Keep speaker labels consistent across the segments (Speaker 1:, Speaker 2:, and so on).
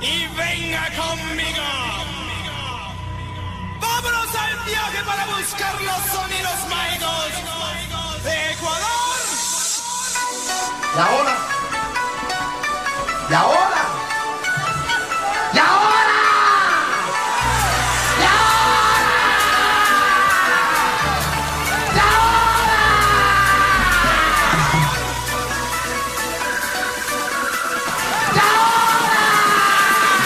Speaker 1: y venga conmigo. Vámonos al viaje para buscar los sonidos mágicos de Ecuador.
Speaker 2: La hora. La hora. La hora. La hora. La hora. La hora.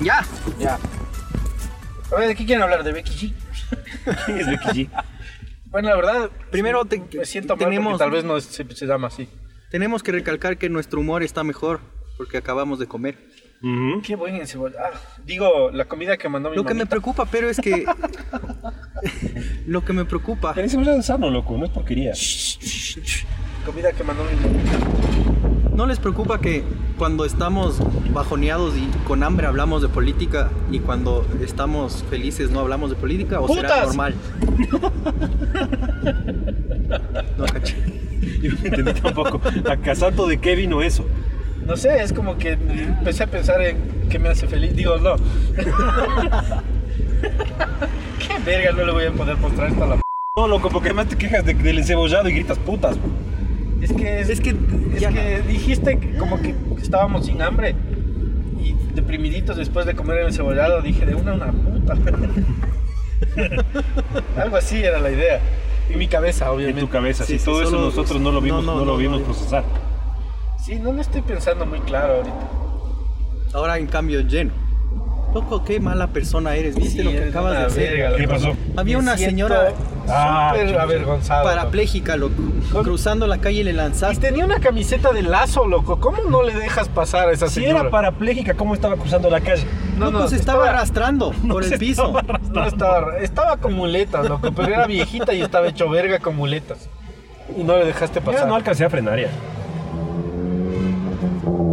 Speaker 3: Ya.
Speaker 4: Ya. A ver, ¿de qué quieren hablar? ¿De Becky G?
Speaker 3: Es Becky G.
Speaker 4: Bueno, la verdad,
Speaker 3: Primero te-
Speaker 4: me siento mal
Speaker 3: tenemos-
Speaker 4: porque tal vez no es- se, se llama así.
Speaker 3: Tenemos que recalcar que nuestro humor está mejor porque acabamos de comer.
Speaker 5: ¿Mm?
Speaker 4: Qué buen encebollado. Digo, la comida que mandó mi
Speaker 3: Lo que me
Speaker 4: mamita.
Speaker 3: preocupa, pero es que. lo que me preocupa.
Speaker 5: Pero ese no es sano, loco, no es porquería.
Speaker 4: Comida que mandó mi mamita.
Speaker 3: ¿No les preocupa que cuando estamos bajoneados y con hambre hablamos de política y cuando estamos felices no hablamos de política? ¿O será
Speaker 4: ¡Putas!
Speaker 3: normal? no caché.
Speaker 5: Yo no entendí tampoco. ¿Acasato de qué vino eso?
Speaker 4: No sé, es como que empecé a pensar en qué me hace feliz. Digo, no. qué verga, no le voy a poder mostrar esto a la p.
Speaker 5: No, loco, porque además te quejas de- del encebollado y gritas putas. bro.
Speaker 4: Es que, es,
Speaker 3: Es que
Speaker 4: es
Speaker 3: ya-
Speaker 4: que dijiste que como que estábamos sin hambre. Y deprimiditos después de comer el encebollado, dije, de una a una puta. Algo así era la idea. En mi cabeza,
Speaker 5: En
Speaker 4: obviamente.
Speaker 5: tu cabeza,
Speaker 3: Sí,
Speaker 5: si
Speaker 3: sí,
Speaker 5: todo eso
Speaker 3: solo-
Speaker 5: nosotros no lo vimos,
Speaker 3: no,
Speaker 5: no,
Speaker 3: no,
Speaker 5: lo
Speaker 3: no,
Speaker 5: vimos
Speaker 3: no.
Speaker 5: procesar.
Speaker 4: Sí, no lo estoy pensando muy claro ahorita.
Speaker 3: Ahora en cambio lleno. Loco, qué mala persona eres. ¿Viste
Speaker 4: Sí,
Speaker 3: lo que
Speaker 4: eres
Speaker 3: acabas de
Speaker 4: una
Speaker 3: hacer?
Speaker 4: verga,
Speaker 5: ¿Qué
Speaker 4: loco.
Speaker 5: pasó?
Speaker 3: Había
Speaker 4: Me
Speaker 3: una
Speaker 4: siento
Speaker 3: señora
Speaker 5: Ah,
Speaker 4: súper
Speaker 5: chucha.
Speaker 4: avergonzado. loco.
Speaker 3: parapléjica, loco.
Speaker 4: Con-
Speaker 3: Cruzando la calle le
Speaker 4: Y
Speaker 3: lanzaste.
Speaker 4: tenía una camiseta de lazo, loco. ¿Cómo no le dejas pasar a esa
Speaker 5: Si
Speaker 4: señora?
Speaker 5: era parapléjica, ¿cómo estaba cruzando la calle?
Speaker 4: No,
Speaker 3: loco,
Speaker 4: no,
Speaker 3: se estaba, arrastrando por el
Speaker 5: se
Speaker 3: piso.
Speaker 5: estaba
Speaker 4: No estaba, estaba con muletas, loco, pero era viejita y estaba hecho verga con muletas. Y no le dejaste
Speaker 5: Ya
Speaker 4: pasar.
Speaker 5: no alcancé a frenar ya.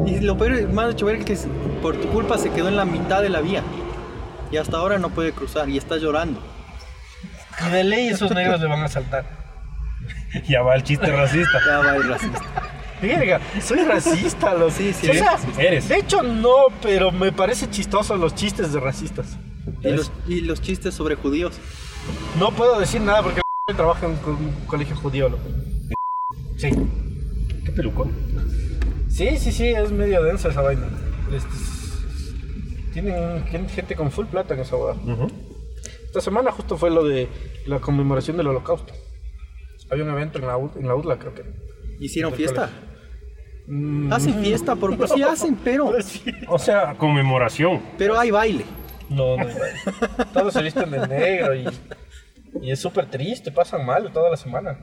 Speaker 3: Y lo peor, es- más chover que es- por tu culpa se quedó en la mitad de la vía. Y hasta ahora no puede cruzar y está llorando.
Speaker 4: Y de ley esos negros le van a saltar.
Speaker 5: Ya va el chiste racista.
Speaker 3: Ya va el racista.
Speaker 4: Verga, soy racista, loco.
Speaker 3: Sí, sí,
Speaker 4: O sea,
Speaker 5: eres.
Speaker 4: De hecho, no, pero me parece chistoso los chistes de racistas.
Speaker 3: Y los, y los chistes sobre judíos.
Speaker 4: No puedo decir nada porque trabaja en un colegio judío, loco. Sí.
Speaker 5: ¿Qué pelucón?
Speaker 4: Sí, sí, sí, es medio denso esa vaina. Este, s- tienen gen- gente con full plata en esa boda. Esta semana justo fue lo de la conmemoración del holocausto. Había un evento en la, U- en la UDLA, creo que.
Speaker 3: ¿Hicieron
Speaker 4: Del
Speaker 3: fiesta?
Speaker 4: Mm,
Speaker 3: Hacen fiesta, por sí hacen, pero,
Speaker 5: O sea, conmemoración.
Speaker 3: pero hay baile.
Speaker 4: No, no, no. Todos se visten de negro y, y es súper triste, pasan mal toda la semana.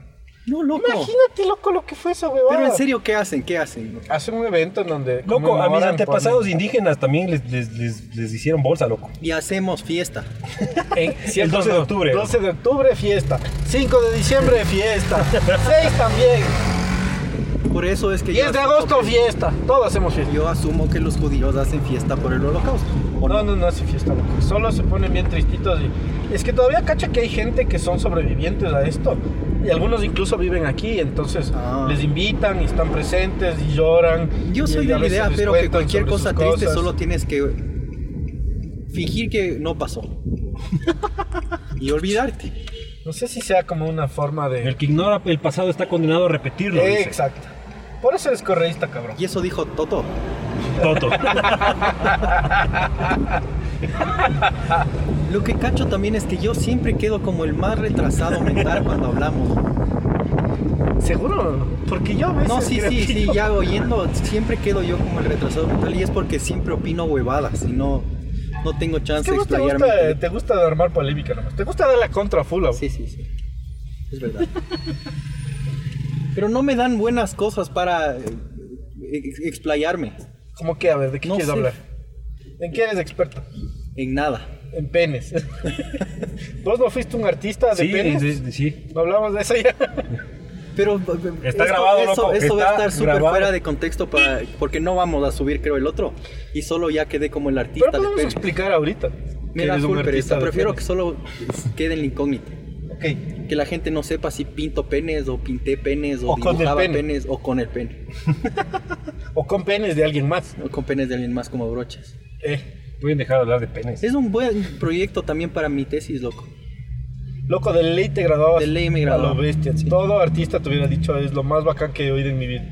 Speaker 3: No, loco.
Speaker 4: Imagínate, loco, lo que fue esa huevada.
Speaker 3: Pero en serio, ¿qué hacen? ¿Qué hacen?
Speaker 4: Hacen un evento en donde.
Speaker 5: Loco, a mis
Speaker 4: conmemoran,
Speaker 5: antepasados indígenas también les, les- les- les hicieron bolsa, loco.
Speaker 3: Y hacemos fiesta.
Speaker 4: En-
Speaker 5: El 12 de octubre.
Speaker 4: 12 de octubre, fiesta. 5 de diciembre, fiesta. 6 también.
Speaker 3: Por eso es que
Speaker 4: 10 de agosto, fiesta. Todos hacemos fiesta.
Speaker 3: Yo asumo que los judíos hacen fiesta por el holocausto. ¿o
Speaker 4: No, no, no hace fiesta, loco. Solo se ponen bien tristitos. y- Es que todavía cacha que hay gente que son sobrevivientes a esto. Y algunos incluso viven aquí, entonces
Speaker 3: Ah.
Speaker 4: les invitan y están presentes y lloran.
Speaker 3: Yo
Speaker 4: y
Speaker 3: soy
Speaker 4: a
Speaker 3: de la
Speaker 4: veces
Speaker 3: idea,
Speaker 4: les
Speaker 3: pero que
Speaker 4: cuentan
Speaker 3: cualquier
Speaker 4: sobre
Speaker 3: cosa
Speaker 4: sus
Speaker 3: triste
Speaker 4: cosas.
Speaker 3: solo tienes que fingir que no pasó. y olvidarte.
Speaker 4: No sé si sea como una forma de...
Speaker 5: El que ignora el pasado está condenado a repetirlo. dice
Speaker 4: Exacto. Por eso eres correísta, cabrón.
Speaker 3: Y eso dijo Toto.
Speaker 5: Toto.
Speaker 3: Lo que cacho también es que yo siempre quedo como el más retrasado mental cuando hablamos.
Speaker 4: ¿Seguro? Porque yo a veces
Speaker 3: No, sí,
Speaker 4: creo
Speaker 3: sí,
Speaker 4: que
Speaker 3: sí,
Speaker 4: yo-
Speaker 3: ya oyendo, siempre quedo yo como el retrasado mental y es porque siempre opino huevadas y no, no tengo
Speaker 4: Es
Speaker 3: chance
Speaker 4: que
Speaker 3: de
Speaker 4: vos te
Speaker 3: explayarme.
Speaker 4: gusta, te gusta armar polémica nomás. Te gusta dar la contra full. a vos.
Speaker 3: Sí, sí, sí. Es verdad. Pero no me dan buenas cosas para eh, ex- explayarme
Speaker 4: ¿Cómo que? A ver, ¿de qué
Speaker 3: No
Speaker 4: quieres
Speaker 3: sé.
Speaker 4: hablar? ¿En qué eres experto?
Speaker 3: en nada.
Speaker 4: En penes. ¿Vos no fuiste un artista de
Speaker 5: sí,
Speaker 4: penes?
Speaker 5: de- de- sí.
Speaker 4: No hablamos de eso ya.
Speaker 3: Pero eh,
Speaker 5: Está grabado,
Speaker 3: eso,
Speaker 5: loco,
Speaker 3: eso va a
Speaker 5: está
Speaker 3: estar súper
Speaker 5: grabado.
Speaker 3: fuera de contexto para, porque no vamos a subir, creo, el otro. Y solo ya quedé como el
Speaker 4: Pero
Speaker 3: artista de
Speaker 4: podemos
Speaker 3: penes.
Speaker 4: explicar ahorita. que
Speaker 3: Me da
Speaker 4: eres un
Speaker 3: full pereza,
Speaker 4: artista de
Speaker 3: prefiero que
Speaker 4: penes.
Speaker 3: solo quede en la incógnita.
Speaker 5: Ok.
Speaker 3: Que la gente no sepa si pinto penes o pinté penes o,
Speaker 4: O con el
Speaker 3: dibujaba
Speaker 4: pene.
Speaker 3: penes o con el pene.
Speaker 4: O con penes de alguien más.
Speaker 3: O con penes de alguien más como brochas.
Speaker 4: Eh,
Speaker 5: Voy a dejar de hablar de penes.
Speaker 3: Es un buen proyecto también para mi tesis, loco.
Speaker 4: loco, de ley te graduabas.
Speaker 3: De ley me graduaba.
Speaker 4: A lo bestia.
Speaker 3: Sí.
Speaker 4: Todo artista te hubiera dicho, es lo más bacán que he oído en mi vida.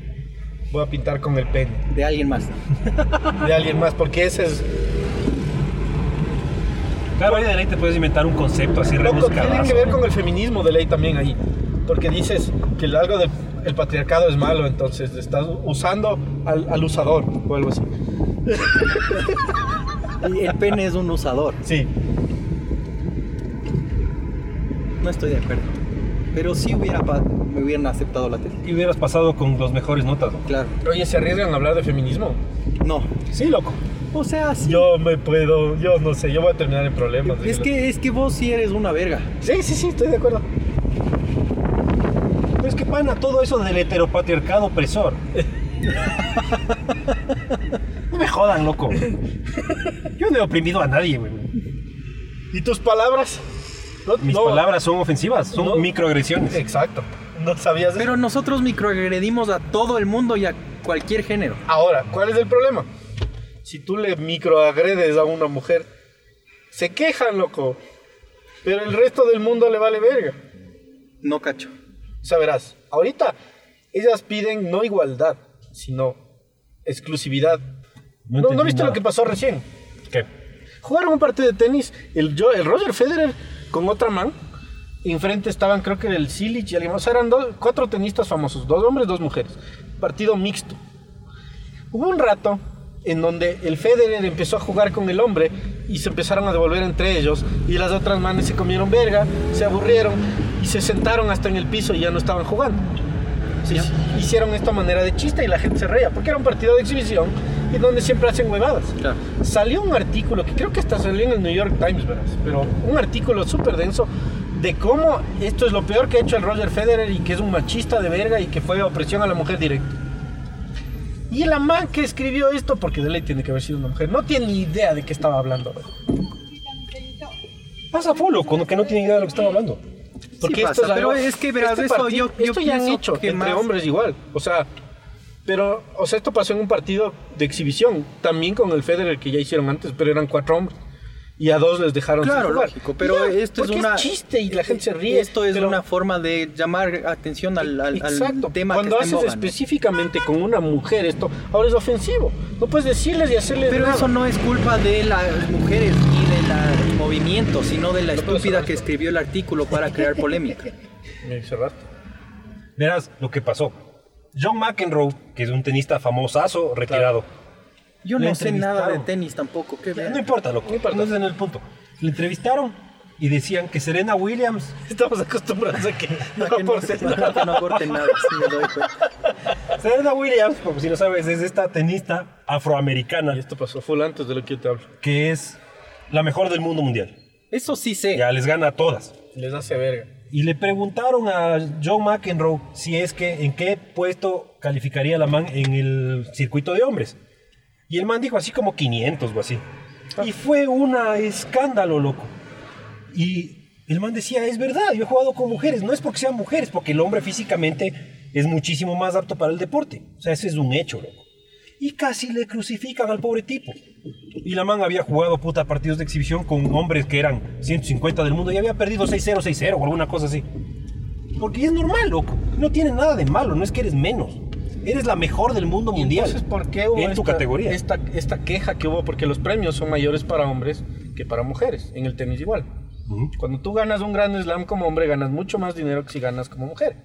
Speaker 4: Voy a pintar con el pene
Speaker 3: De alguien más.
Speaker 4: de alguien más, porque ese es...
Speaker 5: Claro, ahí de ley te puedes inventar un concepto así
Speaker 4: Loco, tiene
Speaker 5: rebuscado.
Speaker 4: que ver con el feminismo de ley también ahí. Porque dices que el- algo del el patriarcado es malo, entonces estás usando al, al usador o algo así.
Speaker 3: Y El pene es un usador.
Speaker 4: Sí.
Speaker 3: No estoy de acuerdo. Pero sí hubiera pa- me hubieran aceptado la tesis.
Speaker 5: Y hubieras pasado con los mejores notas. ¿no?
Speaker 3: Claro.
Speaker 4: Oye, ¿se arriesgan a hablar de feminismo?
Speaker 3: No.
Speaker 4: Sí, loco.
Speaker 3: O sea, sí.
Speaker 4: Yo me puedo, yo no sé, yo voy a terminar en problemas.
Speaker 3: Es que, es que vos sí eres una verga.
Speaker 4: Sí, sí, sí, estoy de acuerdo.
Speaker 5: Pero es que pana todo eso del heteropatriarcado opresor. No me jodan, loco. Yo no he oprimido a nadie, güey.
Speaker 4: ¿Y tus palabras? No,
Speaker 5: Mis
Speaker 4: no.
Speaker 5: palabras son ofensivas, son
Speaker 4: No.
Speaker 5: microagresiones.
Speaker 4: Exacto. No sabías.
Speaker 3: Pero nosotros microagredimos a todo el mundo y a cualquier género.
Speaker 4: Ahora, ¿cuál es el problema? Si tú le microagredes a una mujer, se quejan, loco. Pero el resto del mundo le vale verga.
Speaker 3: No cacho.
Speaker 4: O sea, verás, ahorita ellas piden no igualdad, sino exclusividad.
Speaker 5: No
Speaker 4: No, ¿no,
Speaker 5: entendí
Speaker 4: viste
Speaker 5: nada.
Speaker 4: lo que pasó recién?
Speaker 5: ¿Qué?
Speaker 4: Jugaron un partido de tenis, el, yo, el Roger Federer con otra man. Enfrente estaban, creo que era el Silic y alguien más. O sea, eran dos- cuatro tenistas famosos, dos hombres, dos mujeres. Partido mixto. Hubo un rato en donde el Federer empezó a jugar con el hombre y se empezaron a devolver entre ellos. Y las otras manes se comieron verga, se aburrieron y se sentaron hasta en el piso y ya no estaban jugando. Sí, sí. Hicieron esta manera de chiste y la gente se reía, porque era un partido de exhibición y donde siempre hacen huevadas.
Speaker 3: Claro.
Speaker 4: Salió un artículo, que creo que hasta salió en el New York Times, verás, pero un artículo súper denso de cómo esto es lo peor que ha hecho el Roger Federer y que es un machista de verga y que fue opresión a la mujer directa. Y la man que escribió esto, porque de ley tiene que haber sido una mujer, no tiene ni idea de qué estaba hablando. güey.
Speaker 5: Pasa full, loco, no- que no tiene idea de lo que estaba hablando.
Speaker 4: Porque
Speaker 3: Sí
Speaker 4: esto
Speaker 3: pasa,
Speaker 4: es la-
Speaker 3: pero es que, verás, eso yo- yo
Speaker 4: esto ya han
Speaker 3: pienso
Speaker 4: hecho
Speaker 3: que
Speaker 4: entre
Speaker 3: más-
Speaker 4: hombres igual. O sea, pero, o sea, esto pasó en un partido de exhibición, también con el Federer que ya hicieron antes, pero eran cuatro hombres. Y a dos les dejaron sin
Speaker 3: Claro,
Speaker 4: jugar.
Speaker 3: lógico, pero
Speaker 4: Ya,
Speaker 3: esto es
Speaker 4: porque
Speaker 3: una. eh,
Speaker 4: chiste y la gente se ríe.
Speaker 3: Esto es
Speaker 4: pero-
Speaker 3: una forma de llamar atención al, al- al
Speaker 4: Exacto.
Speaker 3: tema
Speaker 4: Cuando
Speaker 3: que
Speaker 4: haces
Speaker 3: está en boga, ¿no?
Speaker 4: específicamente con una mujer esto, ahora es ofensivo. No puedes decirles y hacerles
Speaker 3: Pero
Speaker 4: nada.
Speaker 3: eso no es culpa de las mujeres ni del movimiento, sino de la
Speaker 4: No puedo
Speaker 3: estúpida
Speaker 4: cerrar
Speaker 3: que
Speaker 4: esto.
Speaker 3: escribió el artículo para crear polémica.
Speaker 4: Me cerraste.
Speaker 5: Verás lo que pasó. John McEnroe, que es un tenista famosazo, retirado.
Speaker 3: Yo
Speaker 5: Le
Speaker 3: no sé nada de
Speaker 5: entrevistaron.
Speaker 3: tenis tampoco, qué
Speaker 5: No
Speaker 3: ver.
Speaker 5: importa, loco. No
Speaker 4: importa.
Speaker 5: es en el punto. Le entrevistaron y decían que Serena Williams
Speaker 4: Estamos acostumbrados a que no
Speaker 3: Para que no,
Speaker 4: aportes
Speaker 3: para que no aporten nada, sí me doy cuenta.
Speaker 5: Serena Williams, como si no sabes, es esta tenista
Speaker 4: Y
Speaker 5: afroamericana
Speaker 4: esto pasó full antes de lo que yo te hablo.
Speaker 5: que es la mejor del mundo mundial.
Speaker 3: Eso sí sé.
Speaker 5: Ya les gana a todas.
Speaker 4: Les hace verga.
Speaker 5: Y le preguntaron a John McEnroe si es que en qué puesto calificaría la man en el circuito de hombres. Y el man dijo así como 500 o así.
Speaker 4: Ah.
Speaker 5: Y fue un escándalo, loco. Y el man decía, es verdad, yo he jugado con mujeres, no es porque sean mujeres, porque el hombre físicamente es muchísimo más apto para el deporte. O sea, ese es un hecho, loco. Y casi le crucifican al pobre tipo. Y la man había jugado puta partidos de exhibición con hombres que eran 150 del mundo y había perdido 6-0, 6-0 o alguna cosa así. Porque es normal, loco. No tiene nada de malo, no es que eres menos. Eres la mejor del mundo
Speaker 4: Y
Speaker 5: mundial.
Speaker 4: Entonces, ¿por qué hubo
Speaker 5: En tu
Speaker 4: esta,
Speaker 5: categoría.
Speaker 4: Esta, esta queja que hubo? Porque los premios son mayores para hombres que para mujeres. En el tenis igual.
Speaker 5: Ujú.
Speaker 4: Cuando tú ganas un gran slam como hombre, ganas mucho más dinero que si ganas como mujer.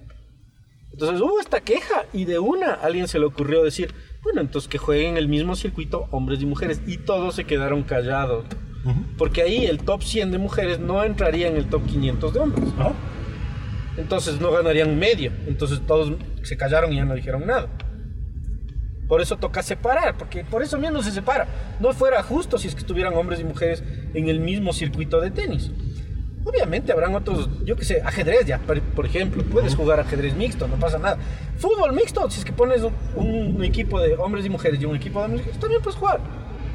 Speaker 4: Entonces hubo esta queja y de una a alguien se le ocurrió decir, bueno, entonces que jueguen el mismo circuito hombres y mujeres. Y todos se quedaron callados.
Speaker 5: Ujú.
Speaker 4: Porque ahí el top 100 de mujeres no entraría en el top 500 de hombres.
Speaker 5: Ajá.
Speaker 4: Entonces no ganarían medio. Entonces todos se callaron y ya no dijeron nada. Por eso toca separar, porque por eso mismo se separa. No fuera justo si es que estuvieran hombres y mujeres en el mismo circuito de tenis. Obviamente habrán otros, yo qué sé, ajedrez ya, por por ejemplo. Puedes jugar ajedrez mixto, no pasa nada. Fútbol mixto, si es que pones un, un equipo de hombres y mujeres y un equipo de mujeres, también puedes jugar.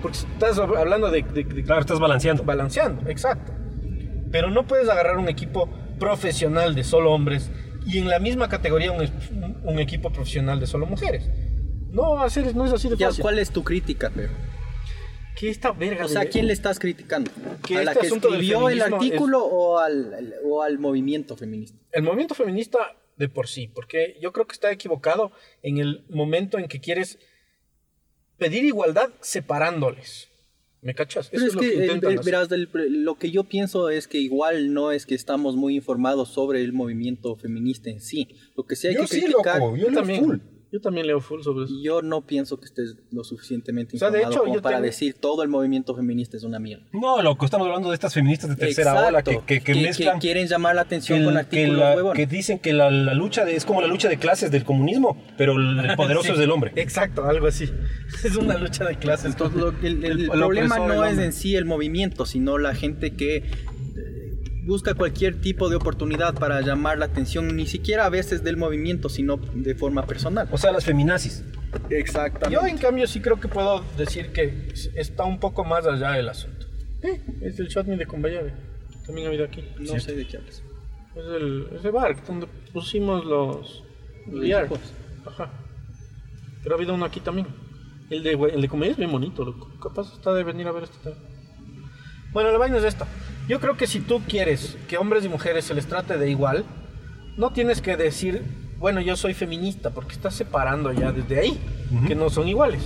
Speaker 4: Porque estás hab- hablando de- de- de
Speaker 5: Claro, estás balanceando.
Speaker 4: balanceando, exacto. Pero no puedes agarrar un equipo profesional de solo hombres y en la misma categoría un, es- un equipo profesional de solo mujeres. No, hacer no es así de
Speaker 3: Ya,
Speaker 4: fácil.
Speaker 3: ¿Cuál es tu crítica, Pedro?
Speaker 4: Que esta verga
Speaker 3: O sea,
Speaker 5: Eh,
Speaker 3: ¿a
Speaker 4: de-
Speaker 3: quién le estás criticando?
Speaker 4: Que
Speaker 3: ¿A la
Speaker 4: este
Speaker 3: que
Speaker 4: asunto del
Speaker 3: escribió el
Speaker 4: feminismo es-
Speaker 3: artículo o, al, o al movimiento feminista?
Speaker 4: el movimiento feminista de por sí, porque yo creo que está equivocado en el momento en que quieres pedir igualdad separándoles. ¿Me cachas?
Speaker 3: Pero es,
Speaker 4: lo
Speaker 3: que, eh,
Speaker 4: intentan
Speaker 3: eh,
Speaker 4: hacer.
Speaker 3: verás, del- lo que yo pienso es que igual no es que estamos muy informados sobre el movimiento feminista en sí. Lo que sí hay
Speaker 5: Yo
Speaker 3: que
Speaker 5: sí,
Speaker 3: criticar,
Speaker 5: loco,
Speaker 4: yo
Speaker 5: yo
Speaker 4: también,
Speaker 5: full.
Speaker 4: yo también leo full sobre eso.
Speaker 3: yo no pienso que estés lo suficientemente
Speaker 4: O sea, de
Speaker 3: informado
Speaker 4: hecho,
Speaker 3: como
Speaker 4: yo
Speaker 3: para
Speaker 4: tengo-
Speaker 3: decir todo el movimiento feminista es una mierda.
Speaker 5: No, loco, estamos hablando de estas feministas de tercera
Speaker 3: Exacto,
Speaker 5: ola que, que, que mezclan.
Speaker 3: quieren llamar la atención con
Speaker 5: el-
Speaker 3: artículos
Speaker 5: la-
Speaker 3: huevón.
Speaker 5: que dicen que la, la lucha de- es como la lucha de clases del comunismo, pero el poderoso
Speaker 4: Sí,
Speaker 5: es del hombre.
Speaker 4: Exacto, algo así. Es una lucha de clases.
Speaker 3: Entonces, lo- el, el- el
Speaker 4: El- el
Speaker 3: problema
Speaker 4: opresor, el
Speaker 3: no es
Speaker 4: hombre.
Speaker 3: en sí el movimiento, sino la gente que eh, busca cualquier tipo de oportunidad para llamar la atención, ni siquiera a veces del movimiento, sino de forma personal.
Speaker 5: O sea, las feminazis.
Speaker 3: Exactamente.
Speaker 4: Yo, en cambio, sí creo que puedo decir que s- está un poco más allá el asunto. Eh, es el Shotney de Cumbayave. También ha habido aquí.
Speaker 3: No sé de qué hablas.
Speaker 4: Es el, es el bar donde pusimos los.
Speaker 3: Los
Speaker 4: VR.
Speaker 3: equipos.
Speaker 4: Ajá. Pero ha habido uno aquí también. El de, el de comedia es bien bonito, loco. Capaz está de venir a ver este tema. Bueno, la vaina es esta. Yo creo que si tú quieres que hombres y mujeres se les trate de igual, no tienes que decir, bueno, yo soy feminista, porque estás separando ya desde ahí, que no son iguales.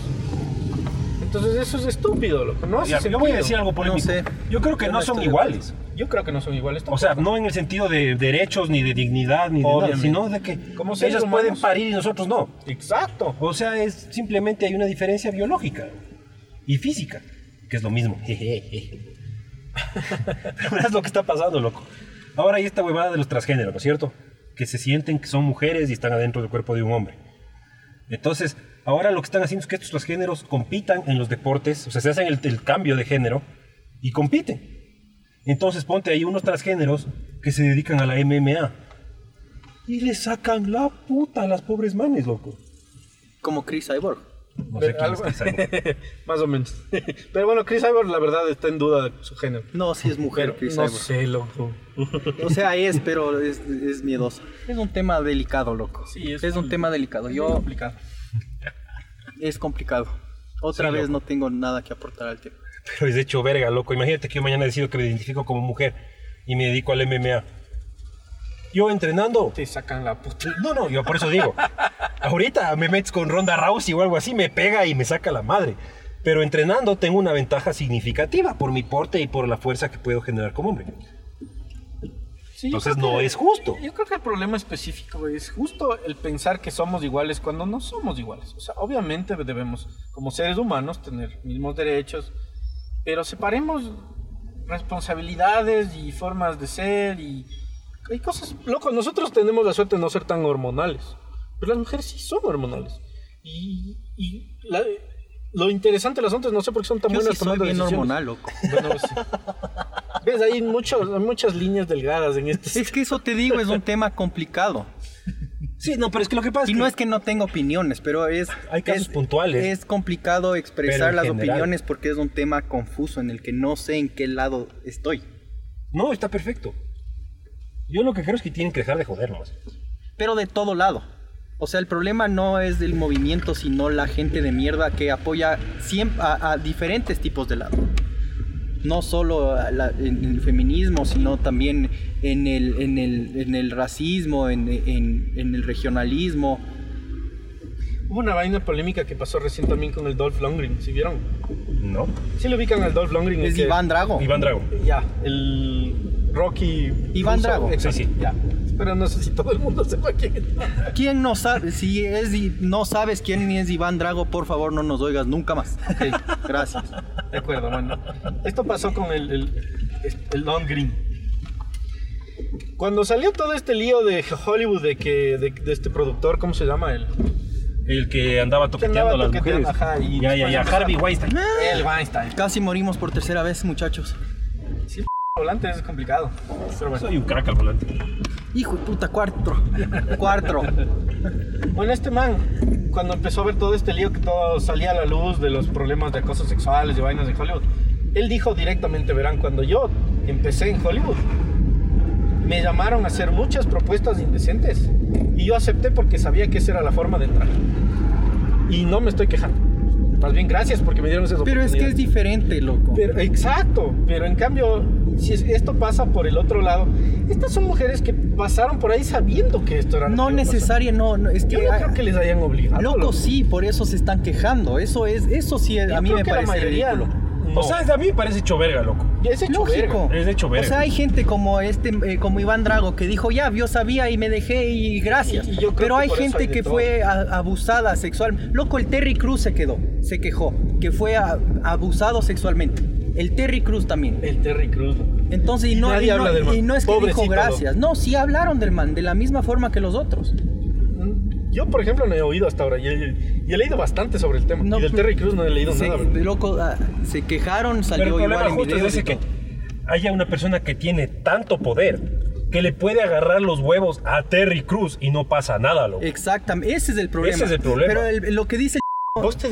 Speaker 4: Entonces eso es estúpido, loco.
Speaker 3: Ah,
Speaker 4: No hace
Speaker 5: Ya, yo voy a
Speaker 4: sentido.
Speaker 5: decir algo polémico.
Speaker 3: sé.
Speaker 5: Yo creo que
Speaker 3: Yo
Speaker 5: no
Speaker 3: no
Speaker 5: son
Speaker 3: estoy de acuerdo.
Speaker 5: iguales.
Speaker 4: Yo creo que no son iguales.
Speaker 5: O sea, no en el sentido de derechos, ni de dignidad, ni de nada,
Speaker 4: Obviamente.
Speaker 5: sino de que
Speaker 4: Como seres
Speaker 5: ellas
Speaker 4: humanos.
Speaker 5: pueden parir y nosotros no.
Speaker 4: exacto.
Speaker 5: O sea, es simplemente hay una diferencia biológica y física, que es lo mismo. Jejeje. Pero verás lo que está pasando, loco. Ahora hay esta huevada de los transgéneros, ¿no es cierto? Que se sienten que son mujeres y están adentro del cuerpo de un hombre. Entonces, ahora lo que están haciendo es que estos transgéneros compitan en los deportes, o sea, se hacen el, el cambio de género y compiten. Entonces, ponte ahí unos transgéneros que se dedican a la MMA. Y le sacan la puta a las pobres manes, loco.
Speaker 3: Como Chris Cyborg.
Speaker 5: No sé quién es
Speaker 4: Algo-
Speaker 5: Chris Cyborg.
Speaker 4: Más o menos. Pero bueno, Chris Ivor, la verdad, está en duda de su género.
Speaker 3: No, sí es mujer,
Speaker 4: Pero
Speaker 3: Chris
Speaker 4: no
Speaker 3: Cyborg.
Speaker 4: sé, loco.
Speaker 3: O sea, es, pero es, es miedosa. Es un tema delicado, loco.
Speaker 4: Sí, es
Speaker 3: es, un
Speaker 4: muy-
Speaker 3: tema delicado. Yo,
Speaker 4: complicado.
Speaker 3: Es complicado. Otra
Speaker 5: Sí,
Speaker 3: vez
Speaker 5: loco.
Speaker 3: no tengo nada que aportar al tema.
Speaker 5: Pero es hecho verga, loco. Imagínate que yo mañana decido que me identifico como mujer y me dedico al MMA. Yo entrenando.
Speaker 4: Te sacan la puta.
Speaker 5: No, no, yo por eso digo. Ahorita me metes con Ronda Rousey o algo así, me pega y me saca la madre. Pero entrenando tengo una ventaja significativa por mi porte y por la fuerza que puedo generar como hombre.
Speaker 4: Sí, yo
Speaker 5: Entonces
Speaker 4: creo
Speaker 5: no es justo.
Speaker 4: Yo creo que el problema específico es justo el pensar que somos iguales cuando no somos iguales. O sea, obviamente debemos, como seres humanos, tener mismos derechos, pero separemos responsabilidades y formas de ser y hay cosas. Loco, nosotros tenemos la suerte de no ser tan hormonales, pero las mujeres sí son hormonales. Y, y la- lo interesante de las otras, no sé por qué son tan
Speaker 3: Yo
Speaker 4: buenas
Speaker 3: sí soy
Speaker 4: tomando
Speaker 3: bien
Speaker 4: decisiones.
Speaker 3: hormonal, loco.
Speaker 4: Bueno, pues sí. Ves, hay muchos, hay muchas líneas delgadas en este.
Speaker 3: Es que eso te digo, es un tema complicado.
Speaker 5: Sí, no, pero es que lo que pasa
Speaker 3: Y no es que no tenga opiniones, pero es...
Speaker 5: Hay casos
Speaker 3: es-
Speaker 5: puntuales.
Speaker 3: Es complicado
Speaker 5: Pero
Speaker 3: expresar
Speaker 5: en
Speaker 3: las
Speaker 5: general.
Speaker 3: opiniones porque es un tema confuso en el que no sé en qué lado estoy.
Speaker 5: No, está perfecto. Yo lo que creo es que tienen que dejar de jodernos.
Speaker 3: Pero de todo lado. O sea, el problema no es del movimiento, sino la gente de mierda que apoya siempre a, a diferentes tipos de lado. No solo a la- en el feminismo, sino también en el, en el, en el racismo, en, en- en el regionalismo.
Speaker 4: Hubo una vaina polémica que pasó recién también con el Dolph Lundgren, ¿sí vieron?
Speaker 5: ¿No?
Speaker 4: Sí lo ubican al Dolph Lundgren. el
Speaker 3: Es
Speaker 4: que-
Speaker 3: Iván Drago.
Speaker 5: Iván Drago.
Speaker 4: Ya, el Rocky.
Speaker 3: Iván
Speaker 4: ruso,
Speaker 3: Drago.
Speaker 4: exacto,
Speaker 5: Sí, sí.
Speaker 4: Ya. Pero no sé si todo el mundo sepa quién es.
Speaker 3: ¿Quién no sabe? Si es, i- no sabes quién es Iván Drago, por favor no nos oigas nunca más. Ok, gracias.
Speaker 4: De acuerdo, bueno. Esto pasó con el, el, el Long Green. Cuando salió todo este lío de Hollywood de que de, de este productor, ¿cómo se llama él?
Speaker 5: El que andaba
Speaker 4: andaba
Speaker 5: toqueteando pues, a las
Speaker 4: toqueteando,
Speaker 5: mujeres.
Speaker 4: ajá, y
Speaker 5: ya, ya, ya.
Speaker 4: después-
Speaker 5: Harvey Weinstein.
Speaker 4: El Weinstein.
Speaker 3: Casi morimos por tercera vez, muchachos.
Speaker 4: Sí, volante es complicado. Pero bueno.
Speaker 5: Soy Pues un crack al volante.
Speaker 3: Hijo de puta, cuatro. Cuatro.
Speaker 4: Bueno, este man, cuando empezó a ver todo este lío que todo salía a la luz de los problemas de acoso sexuales y vainas de Hollywood, él dijo directamente, verán, cuando yo empecé en Hollywood, me llamaron a hacer muchas propuestas indecentes. Y yo acepté porque sabía que esa era la forma de entrar. Y no me estoy quejando. Más bien gracias porque me dieron esa
Speaker 3: Pero es que es diferente, loco.
Speaker 4: pero, exacto, pero en cambio, si es- esto pasa por el otro lado, estas son mujeres que pasaron por ahí sabiendo que esto era lo
Speaker 3: no
Speaker 4: que iba a pasar.
Speaker 3: necesaria, no, no, es que...
Speaker 4: Yo no
Speaker 3: ah,
Speaker 4: creo que les hayan obligado.
Speaker 3: Loco,
Speaker 4: loco.
Speaker 3: sí, por eso se están quejando. Eso es, eso sí, es-
Speaker 4: Yo
Speaker 3: a mí
Speaker 4: creo
Speaker 3: me
Speaker 4: que la
Speaker 3: parece
Speaker 4: mayoría
Speaker 3: ridículo.
Speaker 4: no.
Speaker 5: O sea, a mí me parece hecho verga, loco.
Speaker 4: Ya es hecho
Speaker 3: Lógico.
Speaker 4: verga.
Speaker 5: Es hecho
Speaker 3: O
Speaker 5: verga.
Speaker 3: sea, hay gente como este, eh, como Iván Drago, que dijo, ya, yo sabía y me dejé y gracias.
Speaker 4: Y- y yo creo
Speaker 3: Pero
Speaker 4: que
Speaker 3: hay
Speaker 4: por eso
Speaker 3: gente
Speaker 4: hay de
Speaker 3: que
Speaker 4: todo.
Speaker 3: fue a- abusada sexual. Loco, el Terry Cruz se quedó, se quejó, que fue a- abusado sexualmente. El Terry Cruz también.
Speaker 4: El Terry Cruz.
Speaker 3: Entonces, y no,
Speaker 4: Nadie
Speaker 3: y no-
Speaker 4: habla del man.
Speaker 3: y no es que
Speaker 4: Pobrecito,
Speaker 3: dijo
Speaker 4: loco.
Speaker 3: gracias. No, sí hablaron del man, de la misma forma que los otros.
Speaker 4: Yo, por ejemplo, no he oído hasta ahora. Y, y- y he leído bastante sobre el tema.
Speaker 3: No, pues,
Speaker 4: y del Terry Cruz no he leído
Speaker 3: Se,
Speaker 4: nada. ¿verdad?
Speaker 3: loco, ah, se quejaron, salió
Speaker 5: Pero el problema
Speaker 3: igual en
Speaker 5: justo es
Speaker 3: videos y
Speaker 5: ese que
Speaker 3: todo.
Speaker 5: haya una persona que tiene tanto poder que le puede agarrar los huevos a Terry Cruz y no pasa nada, loco.
Speaker 4: Eh.
Speaker 3: Exactamente, ese es el problema.
Speaker 5: Ese es el problema.
Speaker 3: Pero el- lo que dice
Speaker 4: ¿Vos te,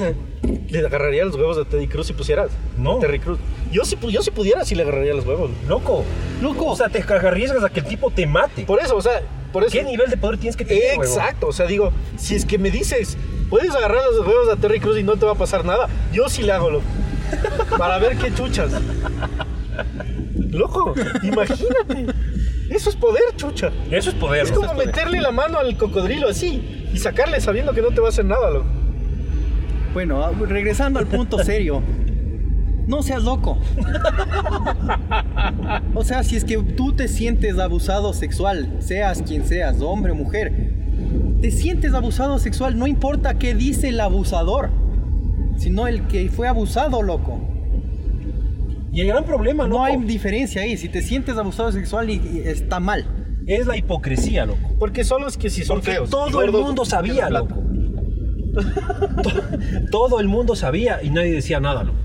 Speaker 4: le agarraría los huevos a Terry Cruz si pusieras?
Speaker 5: No.
Speaker 4: a Terry Cruz. Yo si, pu- yo si pudiera, sí le agarraría los huevos.
Speaker 5: Loco.
Speaker 3: Loco.
Speaker 5: O sea, te arriesgas a que el tipo te mate.
Speaker 4: Por eso, o sea, por eso.
Speaker 5: ¿Qué nivel de poder tienes que tener? huevón?
Speaker 4: Exacto, o sea, digo, si es que me dices, puedes agarrar los huevos a Terry Cruz y no te va a pasar nada, yo sí le hago, loco. Para ver qué chuchas. Loco, imagínate. Eso es poder, chucha.
Speaker 5: Eso es poder.
Speaker 4: Es
Speaker 5: loco.
Speaker 4: como meterle la mano al cocodrilo así y sacarle sabiendo que no te va a hacer nada, loco.
Speaker 3: Bueno, ah, regresando al punto serio. No seas loco. O sea, si es que tú te sientes abusado sexual, seas quien seas, hombre o mujer, te sientes abusado sexual, no importa qué dice el abusador, sino el que fue abusado, loco.
Speaker 5: Y el gran problema,
Speaker 3: No
Speaker 5: loco,
Speaker 3: hay diferencia ahí. Si te sientes abusado sexual, y, y está mal.
Speaker 5: es la hipocresía, loco.
Speaker 4: Porque solo es que si son
Speaker 5: Porque
Speaker 4: feos,
Speaker 5: todo el
Speaker 4: gordos,
Speaker 5: mundo
Speaker 4: tienen
Speaker 5: sabía,
Speaker 4: plata.
Speaker 5: loco. To- todo el mundo sabía y nadie decía nada, loco.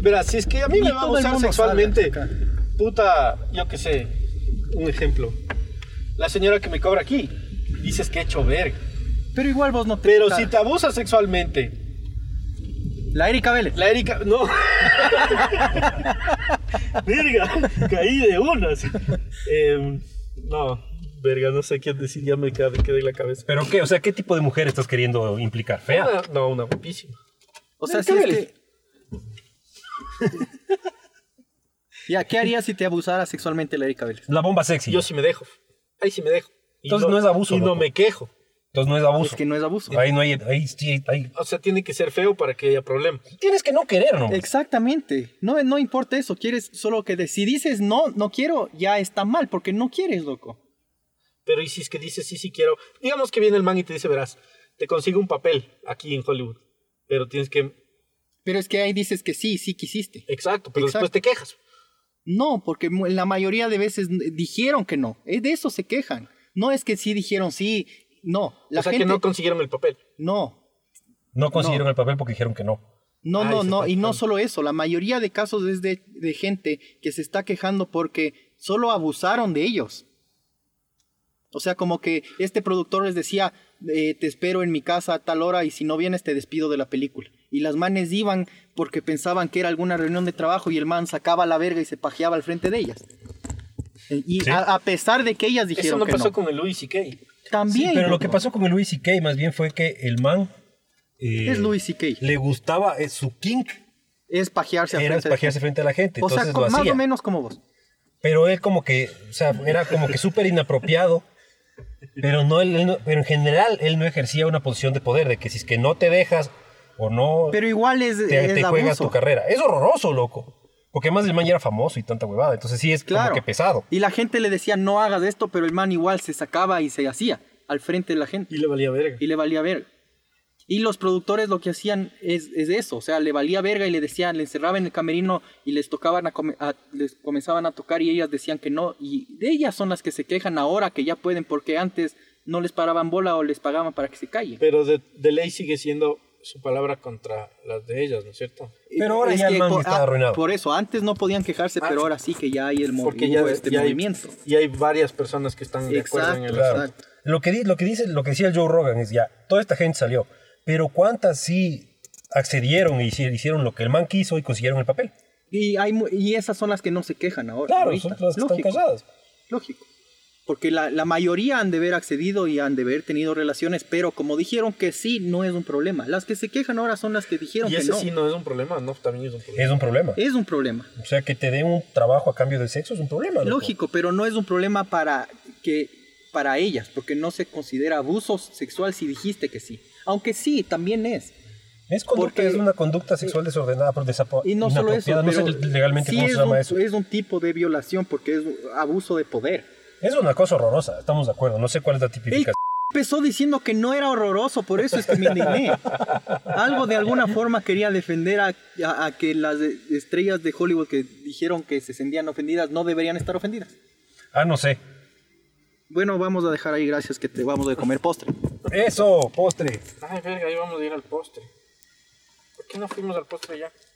Speaker 4: Verás, si es que a mí
Speaker 3: Y
Speaker 4: me va a
Speaker 3: todo el
Speaker 4: abusar
Speaker 3: mundo
Speaker 4: sexualmente,
Speaker 3: sabe acá.
Speaker 4: puta, yo qué sé, un ejemplo. La señora que me cobra aquí, dices que he hecho verga.
Speaker 3: Pero igual vos no te.
Speaker 4: Pero
Speaker 3: la-
Speaker 4: si te abusa sexualmente,
Speaker 3: La Erika Vélez.
Speaker 4: la Erika, no. verga, caí de una. así. Eh, no, verga, no sé quién decir, ya me quedé, me quedé en la cabeza.
Speaker 5: ¿Pero qué? O sea, ¿qué tipo de mujer estás queriendo implicar? ¿Fea?
Speaker 4: Una- no, una guapísima.
Speaker 3: O sea, si
Speaker 4: Erika
Speaker 3: es
Speaker 4: Vélez.
Speaker 3: que. Ya, ¿qué harías si te abusara sexualmente la Erika Vélez?
Speaker 5: La bomba sexy.
Speaker 4: Yo sí me dejo. Ahí sí me dejo. Y
Speaker 5: Entonces no es abuso,
Speaker 4: Y no
Speaker 5: loco.
Speaker 4: me quejo.
Speaker 5: Entonces no es abuso.
Speaker 3: Es que no es abuso.
Speaker 5: Ahí no hay... Ahí sí, ahí...
Speaker 4: O sea, tiene que ser feo para que haya problema.
Speaker 5: Tienes que no querer, ¿no?
Speaker 3: Exactamente. No, no importa eso. Quieres solo que de- si dices no, no quiero, ya está mal porque no quieres, loco.
Speaker 4: Pero y si es que dices, sí, sí quiero. Digamos que viene el man y te dice, verás, te consigo un papel aquí en Hollywood. Pero tienes que.
Speaker 3: Pero es que ahí dices que sí, sí quisiste.
Speaker 4: Exacto, pero
Speaker 3: Exacto.
Speaker 4: después te quejas.
Speaker 3: No, porque mu- la mayoría de veces n- dijeron que no. Es de eso se quejan. No es que sí dijeron sí, no. La
Speaker 4: o sea
Speaker 3: gente
Speaker 4: que no consiguieron el papel.
Speaker 3: no.
Speaker 5: No consiguieron
Speaker 3: No.
Speaker 5: el papel porque dijeron que no.
Speaker 3: No,
Speaker 4: Ah,
Speaker 3: no, no,
Speaker 4: y se está
Speaker 3: y no
Speaker 4: quejando.
Speaker 3: solo eso, la mayoría de casos es de, de gente que se está quejando porque solo abusaron de ellos. O sea, como que este productor les decía, eh, te espero en mi casa a tal hora y si no vienes te despido de la película. Y las manes iban porque pensaban que era alguna reunión de trabajo y el man sacaba la verga y se pajeaba al frente de ellas. Eh, Y
Speaker 5: Sí.
Speaker 3: a, a pesar de que ellas
Speaker 4: Eso
Speaker 3: dijeron
Speaker 4: no
Speaker 3: que
Speaker 4: pasó
Speaker 3: no.
Speaker 4: con el Louis C.K.
Speaker 3: También.
Speaker 5: Sí, pero lo que
Speaker 3: loco.
Speaker 5: pasó con el Louis C.K. más bien fue que el man... eh,
Speaker 3: Es Louis C.K..
Speaker 5: Le gustaba... eh, su kink
Speaker 3: es pajearse al
Speaker 5: era
Speaker 3: frente de
Speaker 5: espajearse frente a la gente.
Speaker 3: O sea,
Speaker 5: entonces lo
Speaker 3: co- más
Speaker 5: hacía.
Speaker 3: o menos como vos.
Speaker 5: Pero él como que... O sea, era como que súper inapropiado. Pero, no, él- él no- pero en general él no ejercía una posición de poder. De que si es que no te dejas o no...
Speaker 3: Pero igual es,
Speaker 5: te,
Speaker 3: es
Speaker 5: te juegas
Speaker 3: abuso.
Speaker 5: tu carrera. Es horroroso, loco. Porque además el man ya era famoso y tanta huevada. Entonces sí es
Speaker 3: Claro.
Speaker 5: como que pesado.
Speaker 3: Y la gente le decía, no hagas esto, pero el man igual se sacaba y se hacía al frente de la gente.
Speaker 4: Y le valía verga.
Speaker 3: Y le valía verga. Y los productores lo que hacían es, es eso, o sea, le valía verga y le decían, le encerraban en el camerino y les tocaban a come- a- les comenzaban a tocar y ellas decían que no. Y de ellas son las que se quejan ahora que ya pueden porque antes no les paraban bola o les pagaban para que se callen.
Speaker 4: Pero de, de ley sigue siendo su palabra contra las de ellas, ¿no es cierto?
Speaker 5: Pero ahora ya el man
Speaker 3: por-
Speaker 5: está
Speaker 3: ah,
Speaker 5: arruinado. Ah,
Speaker 3: Por eso, antes no podían quejarse, pero ahora sí que ya hay el mo-
Speaker 4: Porque
Speaker 3: hubo
Speaker 4: ya,
Speaker 3: este
Speaker 4: ya hay-
Speaker 3: movimiento.
Speaker 4: y hay varias personas que están de acuerdo en el
Speaker 3: Exacto.
Speaker 4: asunto.
Speaker 5: Claro. Lo que, di- lo, que dice, lo que decía el Joe Rogan es ya, toda esta gente salió. Pero ¿cuántas sí accedieron y hici- hicieron lo que el man quiso y consiguieron el papel?
Speaker 3: Y, hay, mu- y esas son las que no se quejan ahora.
Speaker 5: Claro,
Speaker 3: ahorita.
Speaker 5: son las que
Speaker 3: Lógico,
Speaker 5: están calladas.
Speaker 3: Lógico. Porque la, la mayoría han de haber accedido y han de haber tenido relaciones, pero como dijeron que sí, no es un problema. Las que se quejan ahora son las que dijeron
Speaker 4: Y
Speaker 3: que
Speaker 4: ese
Speaker 3: no.
Speaker 4: sí no es un problema, no, también es un problema.
Speaker 5: Es un problema.
Speaker 3: Es un problema.
Speaker 5: O sea, que te den un trabajo a cambio de sexo es un problema. loco.
Speaker 3: Lógico, pero no es un problema para que para ellas, porque no se considera abuso sexual si dijiste que sí. Aunque sí, también es.
Speaker 5: Es conducta,
Speaker 3: Porque-
Speaker 5: es una conducta sexual desordenada, por desapo-
Speaker 3: Y no solo eso,
Speaker 5: inapropiada, no sé
Speaker 3: pero
Speaker 5: legalmente
Speaker 3: sí
Speaker 5: cómo
Speaker 3: es
Speaker 5: se llama
Speaker 3: un, eh
Speaker 5: eso.
Speaker 3: es un tipo de violación porque es abuso de poder.
Speaker 5: Es una cosa horrorosa, estamos de acuerdo. No sé cuál es la tipificación.
Speaker 3: Eh, Empezó diciendo que no era horroroso, por eso es que me indigné. Algo de alguna forma quería defender a, a- a que las eh, estrellas de Hollywood que dijeron que se sentían ofendidas no deberían estar ofendidas.
Speaker 5: Ah, no sé.
Speaker 3: Bueno, vamos a dejar ahí, gracias, que te vamos a comer postre.
Speaker 5: Eso, postre.
Speaker 4: Ah, Ay, verga, ahí vamos a ir al postre. ¿Por qué no fuimos al postre ya?